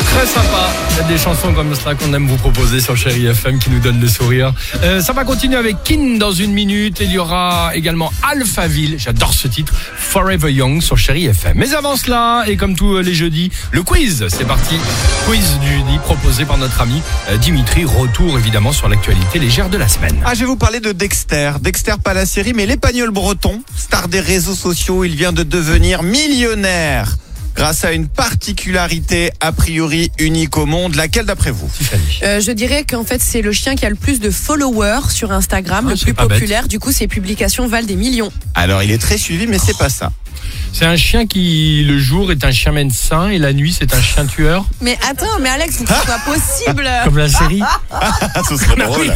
Très sympa. Il y a des chansons comme cela qu'on aime vous proposer sur Chéri FM qui nous donnent le sourire. Euh, ça va continuer avec Kin dans une minute. Et il y aura également Alphaville. J'adore ce titre. Forever Young sur Chéri FM. Mais avant cela, et comme tous les jeudis, le quiz. C'est parti. Quiz du jeudi proposé par notre ami euh, Dimitri. Retour évidemment sur l'actualité légère de la semaine. Ah, je vais vous parler de Dexter. Dexter, pas la série, mais l'épagneul breton, star des réseaux sociaux, il vient de devenir millionnaire grâce à une particularité a priori unique au monde. Laquelle d'après vous Tiffany. Euh, je dirais qu'en fait, c'est le chien qui a le plus de followers sur Instagram, Ah, le c'est plus pas bête. populaire. Du coup, ses publications valent des millions. Alors, il est très suivi, mais c'est pas ça. C'est un chien qui, le jour, est un chien médecin et la nuit, c'est un chien tueur. Mais attends, mais Alex, Ah faut que ce soit possible. Comme la série. Ah, ce serait drôle.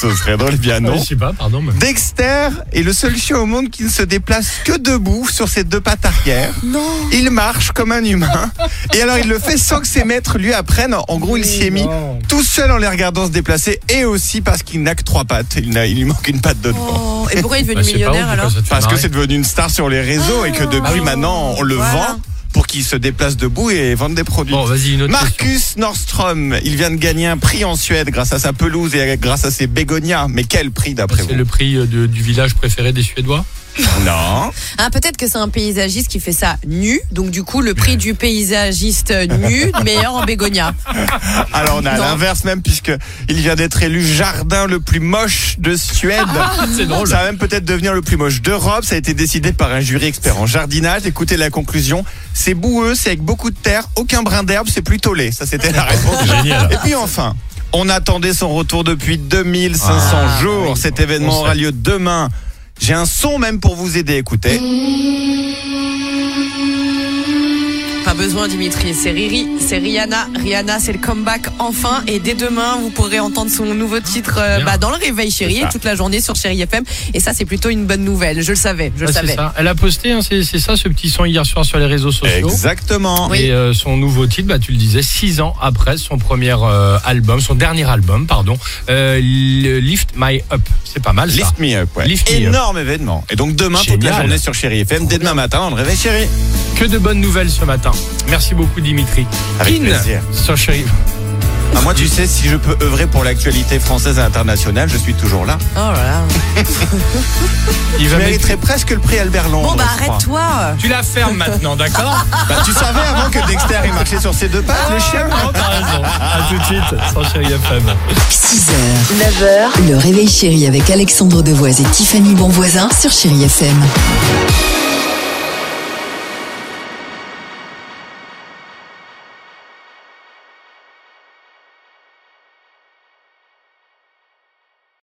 ce serait drôle, eh bien Je sais pas, pardon. mais- Dexter est le seul chien au monde qui ne se déplace que debout sur ses deux pattes arrière. Non. Il marche comme un humain. Et alors, il le fait sans que ses maîtres lui apprennent. En gros, il s'y est mis non. tout seul en les regardant se déplacer et aussi parce qu'il n'a que trois pattes. Il, n'a- il lui manque une patte de devant. Oh, Et pourquoi il est devenu Bah, c'est pas millionnaire ouf, alors pourquoi ça te fait Parce que marrer c'est devenu une star sur les réseaux et que depuis Ah. maintenant, on le Voilà. vend pour qu'il se déplace debout et vende des produits. Bon, vas-y, une autre question. Marcus Nordstrom, il vient de gagner un prix en Suède grâce à sa pelouse et à- grâce à ses bégonias. Mais quel prix d'après C'est vous le prix euh, de- du village préféré des Suédois Non. Ah, peut-être que c'est un paysagiste qui fait ça nu. Donc du coup, le prix du paysagiste nu meilleur en bégonia. Alors on a Non. l'inverse même puisque il vient d'être élu jardin le plus moche de Suède. Ah, C'est drôle. Ça va même peut-être devenir le plus moche d'Europe. Ça a été décidé par un jury expert en jardinage. Écoutez la conclusion. C'est boueux, c'est avec beaucoup de terre, aucun brin d'herbe, c'est plus lait. Ça, c'était la réponse. Génial. Et puis enfin, on attendait son retour depuis 2500 Ah, jours. oui. Cet On événement sait. aura lieu demain. J'ai un son même pour vous aider. Écoutez. Pas besoin, Dimitri. C'est Riri, c'est Rihanna. Rihanna, c'est le comeback enfin. Et dès demain, vous pourrez entendre son nouveau titre euh, Bien. bah, dans le réveil chéri C'est ça. et toute la journée sur Chéri FM. Et ça, c'est plutôt une bonne nouvelle. Je le savais, je Ah, le c'est savais. ça. Elle a posté, hein, c'est c'est ça, ce petit son hier soir sur les réseaux sociaux. Exactement. Et euh, son nouveau titre, bah, tu le disais, six ans après son premier euh, album, son dernier album, pardon, euh, le Lift My Up. C'est pas mal ça. Lift me up, ouais. Lift me up. Énorme événement. Et donc demain, toute la Génial. journée sur Chéri FM, dès demain matin, on le réveille Chéri. Que de bonnes nouvelles ce matin. Merci beaucoup Dimitri. Avec Kin plaisir. sur Chéri. Ah, moi, tu sais, si je peux œuvrer pour l'actualité française et internationale, je suis toujours là. Oh là là. Il Je va mettre... mériterais presque le prix Albert Londres. Bon, bah je crois. arrête-toi. Tu la fermes maintenant, d'accord Bah, tu savais avant que Dexter il marchait sur ses deux Ah. pattes, le chien. Oh, t'as raison. À tout de suite sur Chéri FM. 6h, 9h, le réveil chéri avec Alexandre Devoise et Tiffany Bonvoisin sur Chéri FM.